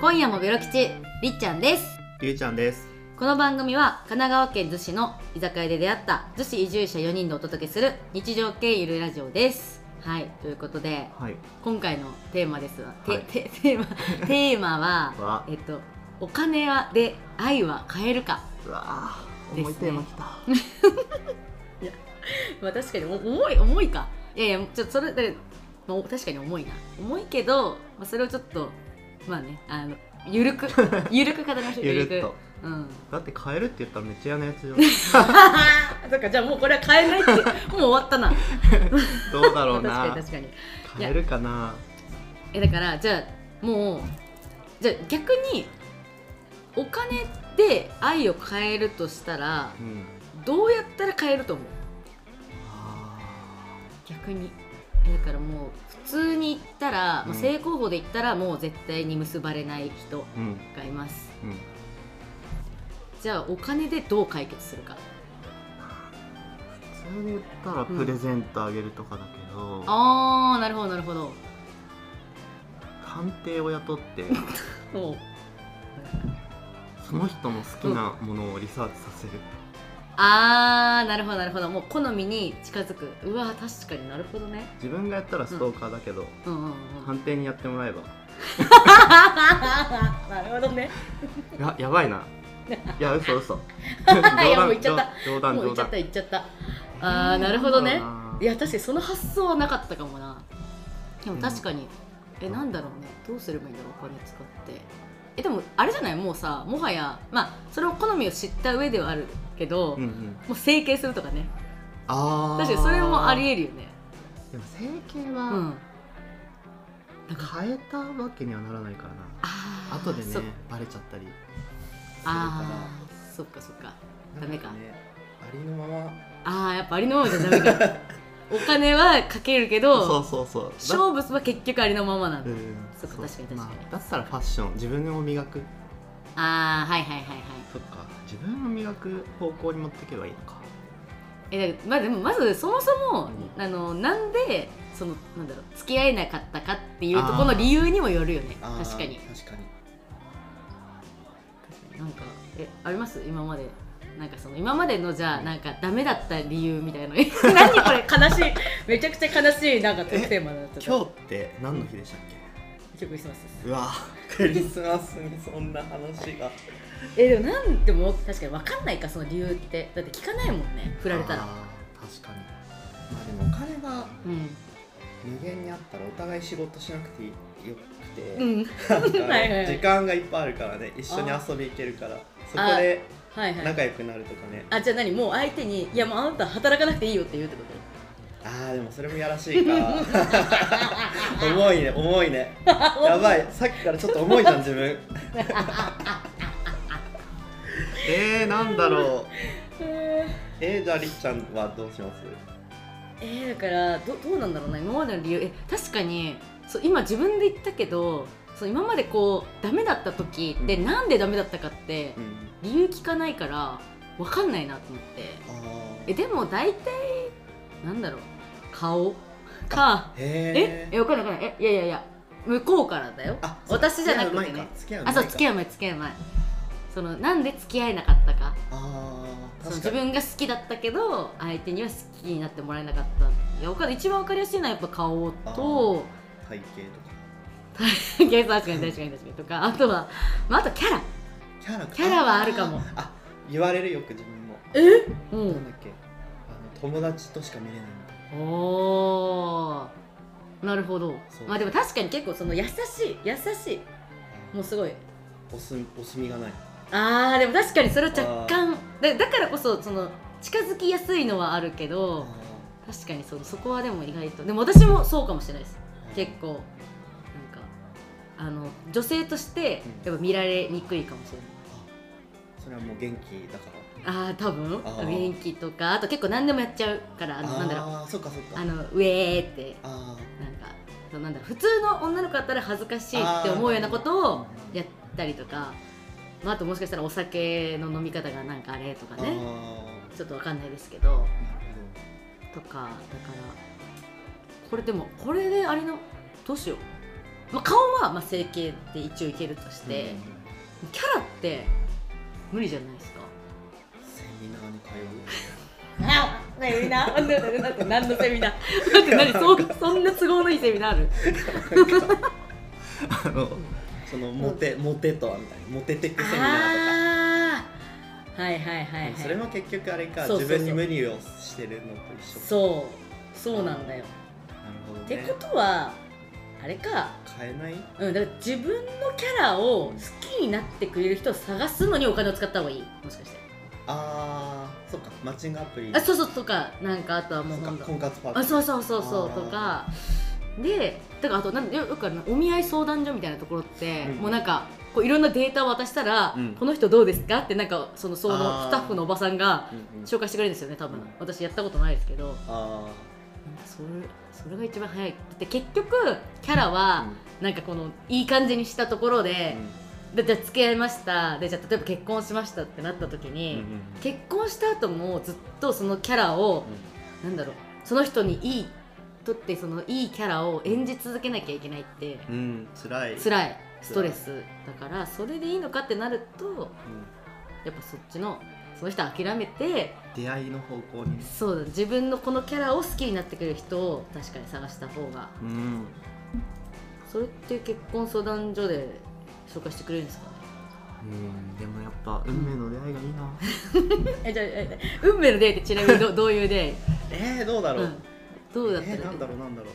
今夜もベロ吉りっちゃんですりゅうちゃんですこの番組は神奈川県逗子の居酒屋で出会った逗子移住者4人でお届けする日常系ゆるラジオですはいということではい今回のテーマですわ、てはいてテー マテーマはわえっとお金はで愛は買えるかうわーですね重いテーマきた、まあ確かにお重い重いかいやいやちょっとそれだけまあ確かに重いな重いけど、まあ、それをちょっとまあねあのゆ るくゆるく語りましょうゆゆるるっとくうんだって変えるって言ったらめっちゃ嫌なや つよそっかじゃあもうこれは変えないってもう終わったなどうだろう確かにな確かに変えるかなえだからじゃあもうじゃあ逆にお金で愛を変えるとしたらうんどうやったら変えると思うあ逆にえだからもう普通に言ったら、うんまあ、正攻法で言ったらもう絶対に結ばれない人ーうんがいますうんじゃあお金でどう解決するか普通に言ったらプレゼントあげるとかだけど、あーなるほどなるほど探偵を雇ってもうその人の好きなものをリサーチさせる、あーなるほどなるほどもう好みに近づくうわ確かになるほどね自分がやったらストーカーだけど、うんうんうん探偵にやってもらえば なるほどねややば いないや嘘嘘いやもう言っちゃった冗談もう言っちゃ冗っ談た言っちゃったあーなるほどねいいやや確かにその発想はなかったかもなでも確かに、えなんだろうねどうすればいいんだろうお金使ってえでもあれじゃないもうさもはやまあそれを好みを知った上ではあるけど、うんもうんう整形するとかねあー確かにそれもありえるよねでも整形うはんなんか変えたわけにはならないからな、あー後でそねバレちゃったりするからあーそっかそっかダメかなんねありのままあーやっぱありのままじゃダメ かお金はかけるけそどうそうそうだ勝負は結局ありのままなんだ、うんそっか確かに確かにまあだったらファッション自分を磨くああはいはいはいはいそっか自分を磨く方向に持っていけばいいのかえだまあ、でもまずそもそも、うあのなんでそのなんだろう付き合えなかったかっていうとこの理由にもよるよね確かに確かになんかえあります今までなんかその今までのじゃあなんかダメだった理由みたいなの え何これ悲しいめちゃくちゃ悲しいなんかトークテーマだなちょっ今日って何の日でしたっとクリスマスですけうわクリスマスにそんな話がえでもなんでも確かに分かんないかその理由ってだって聞かないもんね振られたら確かにまあでもお金がうん無限にあったらお互い仕事しなくてよくて、うんなんかね はいはい時間がいっぱいあるからね一緒に遊び行けるからそこではいはい仲良くなるとかねあじゃあ何もう相手に「いやもうあなた働かなくていいよ」って言うってことあーでもそれもやらしいか 重いね重いねやばいさっきからちょっと重いじゃん自 分えー、なんだろうええー、じゃありっちゃんはどうしますー、だからどどうなんだろうな今までの理由え確かにそう今自分で言ったけどそう今までこうダメだった時って、うんなんでダメだったかってうん理由聞かないから分かんないなと思ってあえーでも大体なんだろう顔かえへーえ分かんない分かんないえいやいやいや向こうからだよあそう私じゃなくてね付き合う前かあそう付き合う前か合う前付き合う前そのなんで付き合えなかったかあーその確自かに分が好きだったけど相手には好きになってもらえなかったいやわかる一番わかりやすいのはやっぱ顔と体型とかゲス確かに確かに確かにとか あとは、まあ、あとキャラキャラかキャラはあるかもあ言われるよく自分もうなんだっけあの友達としか見れないみたいんおーなるほどそうまあでも確かに結構その優しい優しいもうすごいおすお墨がないあーでも確かにそれは若干だだからこそその近づきやすいのはあるけど確かにそのそこはでも意外とでも私もそうかもしれないです結構なんかあの女性としてうんやっぱ見られにくいかもしれない。それはもう元気だかあらあ多分あー元気とかあと結構何でもやっちゃうからあのなんだろうあーそっかそっかあのウェーってあなんかそうなんだろう普通の女の子だったら恥ずかしいって思うようなことをあーやったりとか、まあ、あともしかしたらお酒の飲み方がなんかあれとかーあーねなちょっとわかんないですけどるほとどかだからこれでもこれであれのどうしようまあ、顔はまあ整形で一応いけるとして、キャラって無理じゃないですかセミナーに通あセミナー待って待って何のセミナー待って何そそんな都合のいいセミナーあるうあの そのモテモテとはみたいなモテテックセミナーとかああはいはいはいはいそれも結局あれかそうそうそう自分に無理をしてるのと一緒かそうそうなんだよ、なるほど、ね、ってことはあれか変えないうん、だから自分のキャラを好きになってくれる人を探すのにお金を使った方がいいもしかしてあーそっかマッチングアプリあそうそうとかなんかあとはもうそほっんかと婚活パーティあーそうそうそうそうあーとかでだからあとなんよよくあるなお見合い相談所みたいなところって、うんもうなんかこういろんなデータを渡したら、うんこの人どうですかってなんかそのそのあースタッフのおばさんがうんうん紹介してくれるんですよね多分、うん私やったことないですけどなんかあそれそれが一番早いで結局キャラーはうんなんかこのいい感じにしたところで、でじゃあ付き合いましたでじゃあ例えば結婚しましたってなった時うんに、うん結婚した後もずっとそのキャラを、なんだろうその人にいいとってそのいいキャラを演じ続けなきゃいけないってうんうん辛いい、辛いストレスだからそれでいいのかってなるとうんやっぱそっちのその人諦めて出会いの方向にそうだ自分のこのキャラを好きになってくれる人を確かに探した方がうんそれって結婚相談所で紹介してくれるんですかねうんでもやっぱ運命の出会いがいいなえじゃあえ運命の出会いってちなみに どどういう出会いえー、どうだろう、うんどうだったらえー、なんだろうなんだろう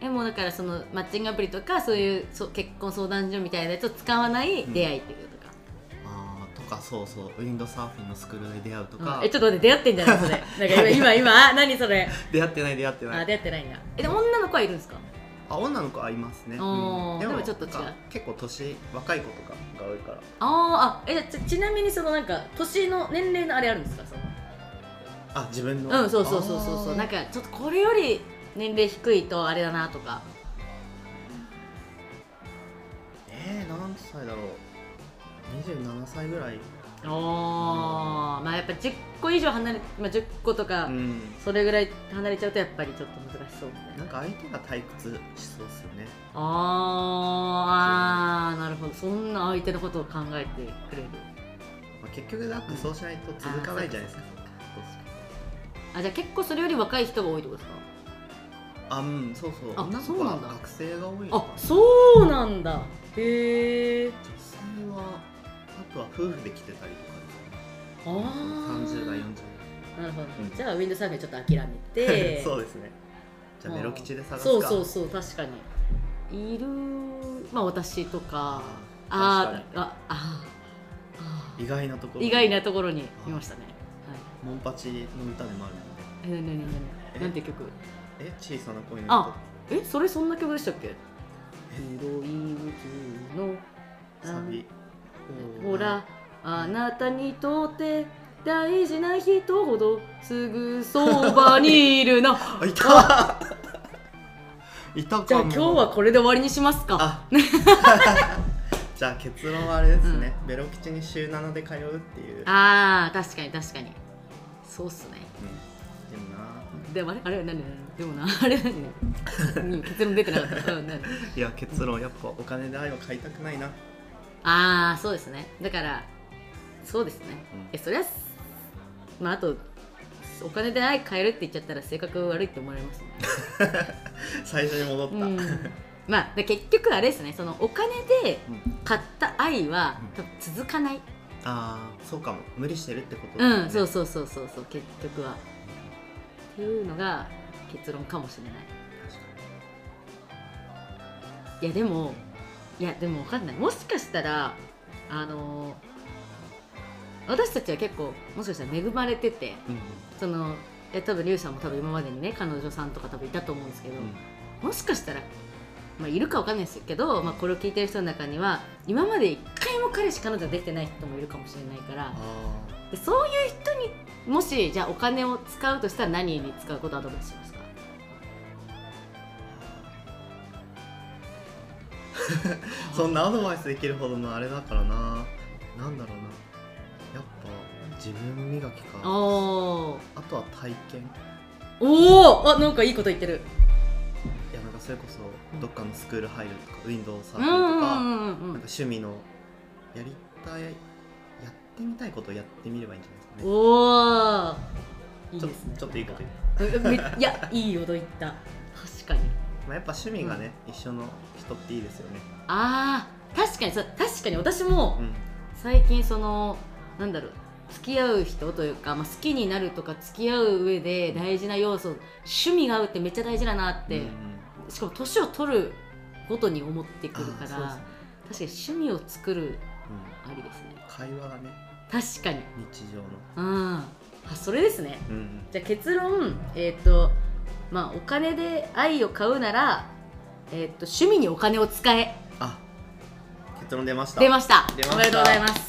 えもうだからそのマッチングアプリとかそういうそう結婚相談所みたいなやつを使わない出会いっていうことか、あーとかそうそうウィンドサーフィンのスクールで出会うとうんか、えちょっと待って出会ってんじゃないそれなん か今今今あ何それ出会ってない出会ってなあい出会ってないんだえでも女の子はいるんですかあ女の子はいますね、おーでもちょっと違うなんか結構年若い子とかが多いからあーあえじゃあちちなみにそのなんか年の年齢のあれあるんですかそのあ自分のうんそうそうそうそうそうなんかかちょっとこれより年齢低いとあれだなとかえー、何歳だろう27歳ぐらいおおまあやっぱ10個以上離れ、まあ、10個とか、うんそれぐらい離れちゃうとやっぱりちょっと難しそうみたいななんか相手が退屈しそうっすよねあーあーなるほどそんな相手のことを考えてくれるまあ、結局だってそうしないと続かないじゃないですか、あじゃあ結構それより若い人が多いってことですかあうんそうそうあ女のそう子なはんだ学生が多いのか あそうなんだへえ女性はあとは夫婦で来てたりとかですよねああ30代40なるほど、うんじゃあウィンドサーフィンちょっと諦め代て そううですねじゃあメロ吉で探すかそうそうそう確かにいるまあ私とかあ確ーああーあ意外なとこーろ意外なところにいましたねモンパチの歌でもあるはいえなになになにえなんて曲のでえ小さな恋の歌あえそれそんな曲でしたっけ広いのサビほらあなたにとって大事な人ほどすぐそばにいるのあいた いたか もじゃあ今日はこれで終わりにしますかあ じゃあ結論はあれですね、ベロ吉に週7で通うっていうあー確かに確かにそうっすねうんでもなでもあれあれ何でもな あれ何うん結論出てなかった、うん、何いや結論やっぱお金で愛を買いたくないなああそうですねだからそうですね、うんえそりゃまああとお金で愛変えるって言っちゃったら性格悪いって思われますね最初に戻った、うん、まあで結局あれですねそのお金で買った愛はう多ん分続かない、ああそうかも無理してるってことうんそうそそうそうそうそう結局はっていうのが結論かもしれなういいやでもいやでも分かんないもしかしたらあのー私たちは結構もしかしたら恵まれててんそのえ多分リュウさんも多分今までにね彼女さんとか多分いたと思うんですけど、もしかしたら、まあ、いるかわかんないですけど、まあ、これを聞いてる人の中には今まで一回も彼氏彼女できてない人もいるかもしれないからあでそういう人にもしじゃあお金を使うとしたら何に使うことをアドバイスしますかあそんなアドバイスできるほどのあれだからななんだろうなやっぱ自分磨きかあおーとは体験おーあなんかいいこと言ってるいやなんかそれこそうんどっかのスクール入るとか、ウィンドウサーうフんィうんンとか、うんうなんんか趣味のやりたいやってみたいことをやってみればいいんじゃないですかねおおいいちょですねちょっといいこと言って、うんめいやいいよと言った確かにまあ、やっぱ趣味がね、一緒の人っていいですよねあー確かにそう確かに私もうん最近そのなんだろう付き合う人というか、まあ、好きになるとか付き合う上で大事な要素趣味が合うってめっちゃ大事だなって、うんうんしかも年を取るごとに思ってくるからあー確かに趣味を作るうんありですね会話がね確かに日常のうんあそれですねうんうんじゃあ結論えっ、とまあお金で愛を買うならえっ、と趣味にお金を使えあ結論出ました出ました出ましたおめでとうございますよ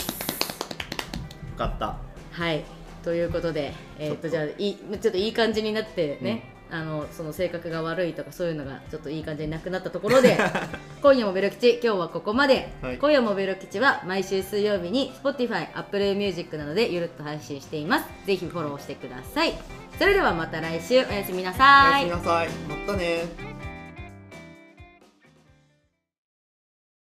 かったはいということでえっ、とちじょゃっあいいちょっといい感じになってね、あのその性格が悪いとかそういうのがちょっといい感じになくなったところで 今夜もベロ吉今日はここまで、はい今夜もベロ吉は毎週水曜日に Spotify、Apple Music などでゆるっと配信していますぜひフォローしてくださいそれではまた来週おやすみなおさやいすみなさいまたねー